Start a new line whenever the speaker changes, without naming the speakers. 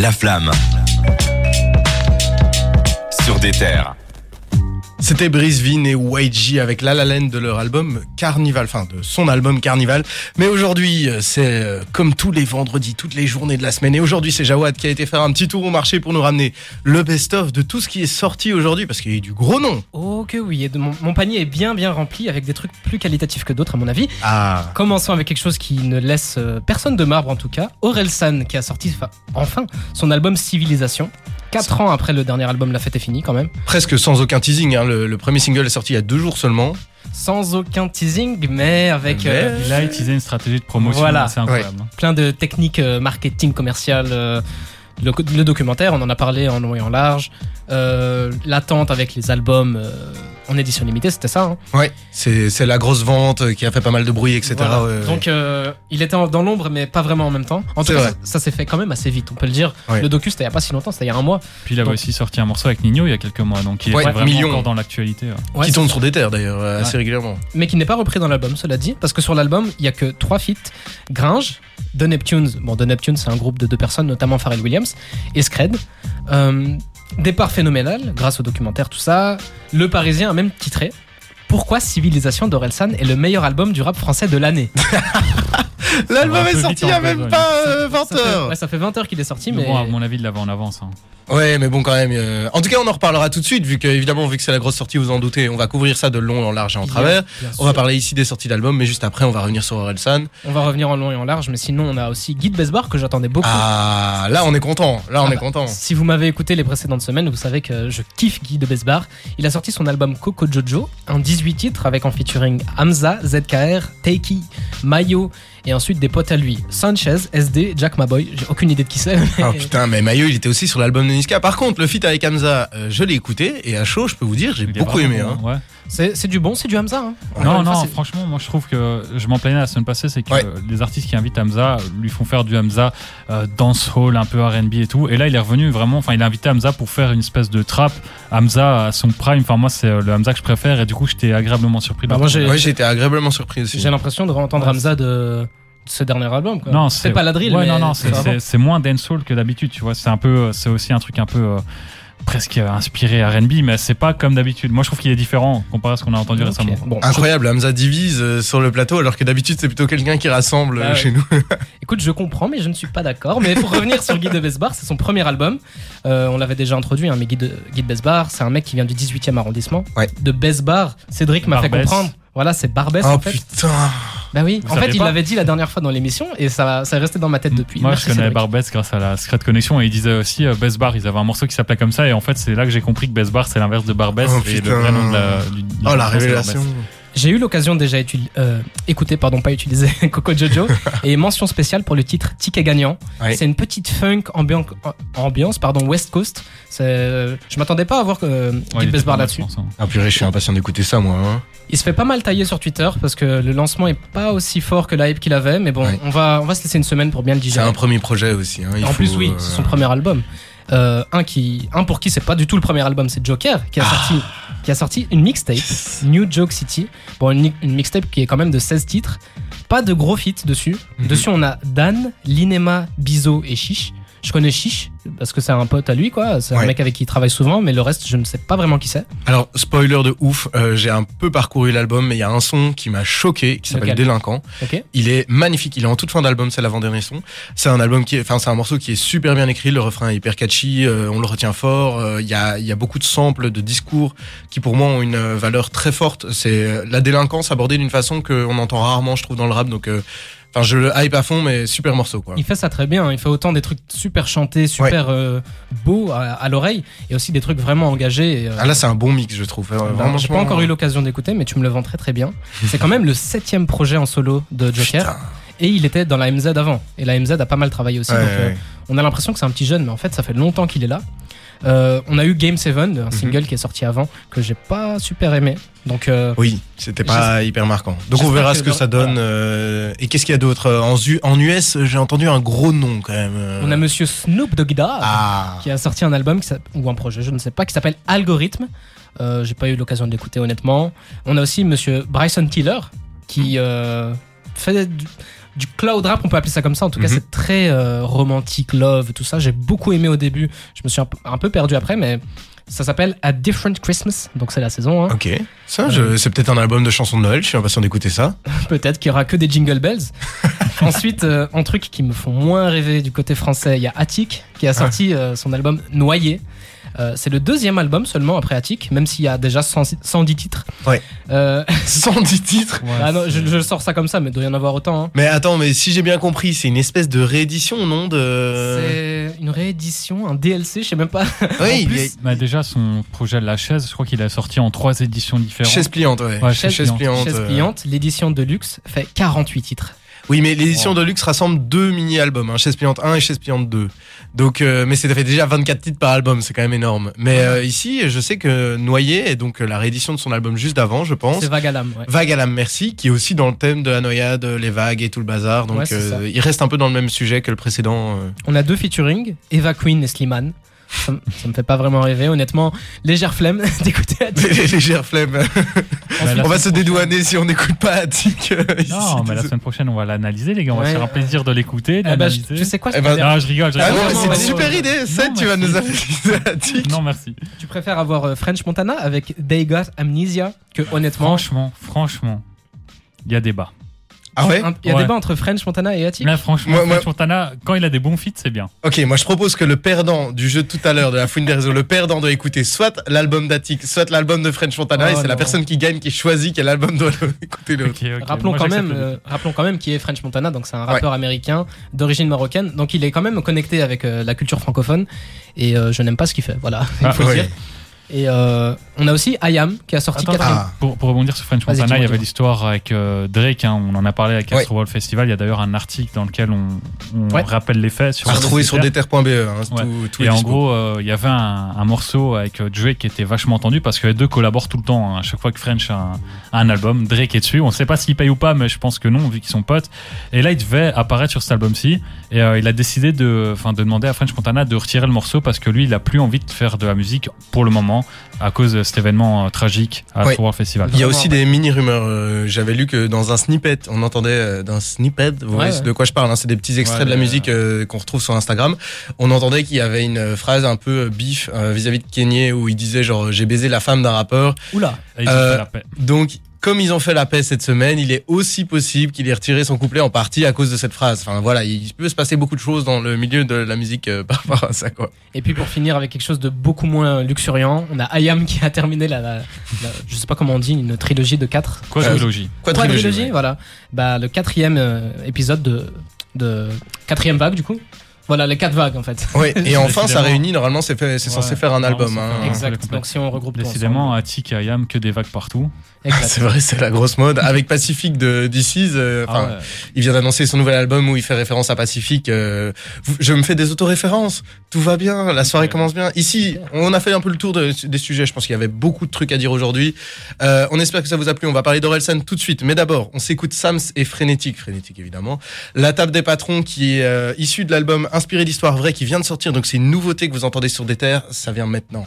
La flamme. Sur des terres.
C'était Brisvin et YG avec La La Land de leur album Carnival, enfin de son album Carnival. Mais aujourd'hui, euh, c'est euh, comme tous les vendredis, toutes les journées de la semaine. Et aujourd'hui, c'est Jawad qui a été faire un petit tour au marché pour nous ramener le best-of de tout ce qui est sorti aujourd'hui, parce qu'il y a eu du gros nom.
Oh que oui, et de- mon, mon panier est bien bien rempli avec des trucs plus qualitatifs que d'autres à mon avis.
Ah,
Commençons avec quelque chose qui ne laisse euh, personne de marbre en tout cas. Orelsan qui a sorti enfin- enfin son album Civilisation. 4 ans après le dernier album La Fête est finie quand même.
presque sans aucun teasing. hein. Le, le premier single est sorti il y a deux jours seulement.
Sans aucun teasing mais avec euh,
Mais-
Il a utilisé une stratégie de promotion
Voilà.
assez incroyable. hein.
plein de techniques euh, marketing commerciales. euh, le, co- le documentaire, on en a parlé en long et en large. Euh, L'attente avec les albums euh, en édition limitée, c'était ça. hein.
Ouais, c'est c'est la grosse vente qui a fait pas mal de bruit, etc.
Voilà.
Ouais, ouais.
Donc euh, il était en- dans l'ombre, mais pas vraiment en même temps. En
C'est
tout cas,
vrai.
ça, ça s'est fait quand même assez vite, on peut le dire.
Ouais.
Le docu, c'était il n'y a pas si longtemps, c'était il y a un mois.
Puis il avait
Donc-
aussi sorti un morceau avec Nino il y a quelques mois, donc il
Ouais,
est vraiment
Million.
encore dans l'actualité. ouais.
Ouais,
qui tombe sur des terres d'ailleurs, euh, assez
Ouais.
régulièrement.
Mais qui n'est pas repris dans l'album, cela dit. Parce que sur l'album, il n'y a que trois feats Gringe, The Neptunes. Bon, The Neptunes, c'est un groupe de deux personnes, notamment Pharrell Williams et Scred. Euh, départ phénoménal, grâce au documentaire, tout ça. Le Parisien a même titré. Pourquoi Civilisation d'Orelsan est le meilleur album du rap français de l'année
L'album est sorti il y a même euh,
pas
Ça fait- ouais, Ça fait 20 heures qu'il est sorti, mais.
Bon, à mon avis, il l'avait en avance. hein.
Ouais, mais bon, quand même. euh, En tout cas, on en reparlera tout de suite, vu que, évidemment, vu que c'est la grosse sortie, vous en doutez, on va couvrir ça de long en large et en
Bien-
travers.
bien sûr.
On va parler ici des sorties d'albums, mais juste après, on va revenir sur Orelsan.
On va revenir en long et en large, mais sinon on a aussi Guide Besbar que j'attendais beaucoup.
Ah, là, on est content. Là, on
Ah
est
bah,
content.
Si vous m'avez écouté les précédentes semaines, vous savez que je kiffe Guy de Besbar. Il a sorti son album Coco Jojo en 18 titres avec en featuring Hamza, ZKR, Takey, Mayo et ensuite des potes à lui Sanchez, SD, Jack Maboy. J'ai aucune idée de qui c'est. mais-
Ah putain, mais Mayo, il était aussi sur l'album de Niska. Par contre, le feat avec Hamza, euh, je l'ai écouté et à chaud, je peux vous dire, j'ai
Il est
beaucoup
vraiment
aimé. hein.
bon, ouais.
C'est c'est du bon, c'est du Hamza. hein. Encore
Non,
une fois,
non,
c'est-
franchement, moi je trouve que je m'en plaignais la semaine passée, c'est que
Ouais.
les artistes qui invitent Hamza lui font faire du Hamza euh, dancehall, un peu RB et tout. Et là, il est revenu vraiment, enfin, il a invité Hamza pour faire une espèce de trap. Hamza à son prime, enfin, moi, c'est euh, le Hamza que je préfère et du coup, j'étais agréablement surpris. de
Bah,
le
moi,
trouver.
j'ai
Ouais, j'ai été agréablement surpris aussi.
j'ai l'impression de réentendre Hamza de de ce dernier album. quoi.
Non,
c'est pas la drill.
Ouais,
mais
non, non, c'est-
vraiment-
c'est c'est moins dancehall que d'habitude, tu vois. C'est un peu, c'est aussi un truc un peu euh, presque euh, inspiré R&B, mais c'est pas comme d'habitude. Moi, je trouve qu'il est différent comparé à ce qu'on a entendu
Ok.
récemment.
Bon, je-
Incroyable, Hamza divise euh, sur le plateau, alors que d'habitude, c'est plutôt quelqu'un qui rassemble
Ah
euh,
ouais.
chez nous.
Écoute, je comprends, mais je ne suis pas d'accord. Mais pour revenir sur Guy de Besbar, c'est son premier album. Euh, on l'avait déjà introduit, hein, mais Guy de, Guy de Besbar, c'est un mec qui vient du 18e arrondissement.
Ouais.
De Besbar. Cédric m'a fait
Barbès.
comprendre. Voilà, Ah, c'est Barbès
Oh
en fait.
putain.
Bah oui,
Vous
en fait,
saviez
il
pas
l'avait dit la dernière fois dans l'émission et ça, ça est resté dans ma tête depuis.
Moi,
Merci,
je connais
Cédric.
Barbès grâce à la Secret Connection et ils disaient aussi euh, Best Bar. Ils avaient un morceau qui s'appelait comme ça et en fait, c'est là que j'ai compris que Best Bar, c'est l'inverse de Barbès
Oh,
et
putain.
le vrai nom de la. du- du-
Oh,
du-
la
c'est Barbès.
révélation.
J'ai eu l'occasion déjà étu- euh, écouter, pardon, pas utiliser Coco Jojo et mention spéciale pour le titre Ticket gagnant.
Ouais.
C'est une petite funk ambian- ambiance, pardon, West Coast. C'est- Je m'attendais pas à voir euh,
Ouais, il
Guy de
était pas
Besbar
mal,
là-dessus.
je pense, hein.
Ah purée, je suis impatient d'écouter ça, moi. hein.
Il se fait pas mal tailler sur Twitter parce que le lancement est pas aussi fort que la hype qu'il avait, mais bon,
Ouais.
on, va, on va se laisser une semaine pour bien le
C'est
digérer.
un premier projet aussi. hein, il
En
faut,
plus, oui,
euh,
c'est son premier album. Euh, un, qui, un pour qui c'est pas du tout le premier album, c'est Joker
Ah.
qui a, sorti, qui a sorti une mixtape, New Joke City. Bon, une, une mixtape qui est quand même de 16 titres. Pas de gros feats dessus.
Mhm.
Dessus, on a Dan, Linema, Bizo et Chiche. Je connais Chiche parce que c'est un pote à lui, quoi. C'est
Ouais.
un mec avec qui il travaille souvent, mais le reste, je ne sais pas vraiment qui c'est.
Alors, spoiler de ouf, euh, j'ai un peu parcouru l'album, mais il y a un son qui m'a choqué, qui s'appelle
Lequel
Délinquant.
Ok.
Il est magnifique, il est en toute fin d'album, c'est l'avant-dernier son. C'est un album qui est, enfin, c'est un morceau qui est super bien écrit, le refrain est hyper catchy, euh, on le retient fort, euh, il y, a, il y a beaucoup de samples, de discours qui pour moi ont une euh, valeur très forte. C'est euh, la délinquance abordée d'une façon qu'on entend rarement, je trouve, dans le rap, donc, euh, enfin, je le hype à fond, mais super morceau, quoi.
Il fait ça très bien. hein. Il fait autant des trucs super chantés, super euh, beaux à, à l'oreille, et aussi des trucs vraiment engagés. et, euh,
Ah là, c'est un bon mix, je trouve. euh,
ben,
vraiment,
J'ai pas encore eu l'occasion d'écouter, mais tu me le vends très très bien. C'est quand même le septième projet en solo de Joker,
Putain,
et il était dans la MZ avant. Et la MZ a pas mal travaillé aussi.
ouais,
donc, euh,
ouais.
on a l'impression que c'est un petit jeune, mais en fait, ça fait longtemps qu'il est là. Euh, on a eu Game 7,
Mhm.
un single qui est sorti avant, que j'ai pas super aimé. Donc, euh,
Oui, c'était pas hyper marquant. Donc on
j'espère
verra
que
ce que
dans-
ça donne. euh, et qu'est-ce qu'il y a d'autre en, U- en US, j'ai entendu un gros nom quand même. euh.
on a Monsieur Snoop Dogg Dogg.
Ah.
qui a sorti un album qui s'app- ou un projet, je ne sais pas, qui s'appelle Algorithme. Euh, J'ai pas eu l'occasion de l'écouter honnêtement. On a aussi Monsieur Bryson Tiller qui euh, fait du, du cloud rap, on peut appeler ça comme ça. En tout cas,
Mhm.
c'est très euh, romantique, love, tout ça. J'ai beaucoup aimé au début. Je me suis un, peu- un peu perdu après, mais ça s'appelle A Different Christmas. Donc c'est la saison. hein.
Ok. Ça, je- c'est peut-être un album de chansons de Noël. Je suis impatient d'écouter ça.
Peut-être qu'il y aura que des jingle bells. Ensuite, euh, un truc qui me font moins rêver du côté français, il y a Attic qui
Ah.
a sorti euh, son album Noyé. Euh, c'est le deuxième album seulement après Attic, même s'il y a déjà 100 110 titres.
Ouais.
Euh,
110 titres.
ah non, je, je sors ça comme ça, mais il doit y en avoir autant. hein.
Mais attends, mais si j'ai bien compris, c'est une espèce de réédition, non de...
C'est une réédition, un DLC, je sais même pas.
Oui,
en
il y a-
plus-
Bah, déjà, son projet de la chaise, je crois qu'il a sorti en trois éditions différentes.
Chaise pliante, ouais.
Ouais,
chaise,
chaise
pliante.
Chaise
euh.
pliante, l'édition de luxe fait 48 titres.
Oui, mais l'édition
Wow.
de luxe rassemble deux mini-albums, hein, Chaise pliante 1 et Chaise pliante 2. Donc, euh, mais ça fait déjà 24 titres par album, c'est quand même énorme. Mais euh, ici, je sais que Noyer est donc euh, la réédition de son album juste d'avant, je pense.
C'est vague à l'âme. ouais.
Vague à l'âme merci, qui est aussi dans le thème de la noyade, euh, les vagues et tout le bazar. Donc
Ouais, c'est
euh,
ça.
il reste un peu dans le même sujet que le précédent. euh.
On a deux featuring, Eva Queen et Slimane. Ça, me- ça me fait pas vraiment rêver, honnêtement. Légère flemme d'écouter Attic.
Légère flemme.
Bah, la
on va
semaine
se dédouaner si on n'écoute pas Attic. euh, ici.
Non, mais la semaine prochaine, on va l'analyser, les gars. On va
Ouais.
se faire un plaisir de l'écouter. de
Ah bah, je-
l'analyser.
tu sais quoi je
Eh ben,
préfère-
Ah, je rigole, je
Ah
rigole.
non, mais c'est une
bravo,
super
bravo.
idée, Seth,
Non,
tu vas
merci.
nous analyser Attic.
Non, merci.
Tu préfères avoir euh, French Montana avec They Got Amnesia que honnêtement.
Franchement, franchement, il y a débat.
Ah ouais
un- Il y a
Ouais.
débat entre French Montana et Attic.
Là, franchement,
Moi- moi-
French Montana, quand il a des bons feats, c'est bien.
Ok, moi je propose que le perdant du jeu de tout à l'heure de la fouine des réseaux, le perdant doit écouter soit l'album d'Attic, soit l'album de French Fontana,
Oh
et c'est la
non.
personne qui gagne qui choisit quel album doit écouter l'autre.
Ok, ok.
Rappelons,
Moi,
quand
j'accepte
même,
le
euh, rappelons quand même qui est French Montana, donc c'est un rappeur américain d'origine marocaine, donc il est quand même connecté avec euh, la culture francophone, et euh, je n'aime pas ce qu'il fait, voilà, il
Ah,
faut le dire. Et euh, on a aussi Ayam qui a sorti
Attends,
quatre-
Ah.
Pour, pour rebondir sur French
Vas-y,
Montana, il y
dis-moi,
avait
dis-moi.
l'histoire avec euh, Drake, hein, on en a parlé avec Astro World Festival, il y a d'ailleurs un article dans lequel on, on
Ouais.
rappelle les faits. Sur
À retrouver sur
le
deter.be, hein, c'est
Ouais.
tout, tout
Et
est
en
dispo.
gros, euh, il y avait un, un morceau avec euh, Drake qui était vachement entendu parce que les deux collaborent tout le temps. hein. À chaque fois que French a un, a un album, Drake est dessus. On ne sait pas s'il paye ou pas, mais je pense que non, vu qu'ils sont potes. Et là, il devait apparaître sur cet album-ci. Et euh, il a décidé de, enfin, de demander à French Montana de retirer le morceau parce que lui, il n'a plus envie de faire de la musique pour le moment à cause de cet événement euh, tragique à
Ouais.
Astro World Festival.
Il y a
Vraiment,
aussi
ouais.
des mini-rumeurs. euh, J'avais lu que dans un snippet, on entendait euh, d'un snippet, vous
Ouais,
voyez
ouais.
de quoi je parle, hein, c'est des petits extraits
Ouais,
de la
mais,
musique euh, qu'on retrouve sur Instagram. On entendait qu'il y avait une euh, phrase un peu euh, bif euh, vis-à-vis de Kenyé où il disait genre j'ai baisé la femme d'un rappeur.
Oula,
Et ils ont
Euh,
fait la paix.
Donc, comme ils ont fait la paix cette semaine, il est aussi possible qu'il ait retiré son couplet en partie à cause de cette phrase. Enfin, voilà, il peut se passer beaucoup de choses dans le milieu de la musique euh, par rapport à ça, quoi.
et puis pour finir avec quelque chose de beaucoup moins luxuriant, on a Ayam qui a terminé la, la- la- je sais pas comment on dit, une trilogie de 4
euh,
Quadrilogie.
quadrilogie,
ouais.
voilà. Bah, le quatrième euh, épisode de, de quatrième vague du coup. Voilà les quatre vagues en fait.
Ouais, et enfin, ça
Décidément.
réunit, normalement, c'est fait- c'est censé
Ouais,
faire un album.
non,
hein.
c'est fait.
exact. Donc si on regroupe tout
Décidément, euh, Attic et Ayam, que des vagues partout.
ensemble. Exact.
C'est vrai, c'est la grosse mode. Avec Pacific de DC's, euh, enfin,
Ah ouais.
il vient d'annoncer son nouvel album où il fait référence à Pacific. euh, vous- je me fais des autoréférences. Tout va bien. La soirée
Ouais.
commence bien. Ici, on a fait un peu le tour de- des sujets. Je pense qu'il y avait beaucoup de trucs à dire aujourd'hui. Euh, on espère que ça vous a plu. On va parler d'Orelsan tout de suite. Mais d'abord, on s'écoute Sams et Frénétique. Frénétique, évidemment. La table des patrons qui est euh, issue de l'album Inspiré d'histoire vraie qui vient de sortir. Donc c'est une nouveauté que vous entendez sur des terres. Ça vient maintenant.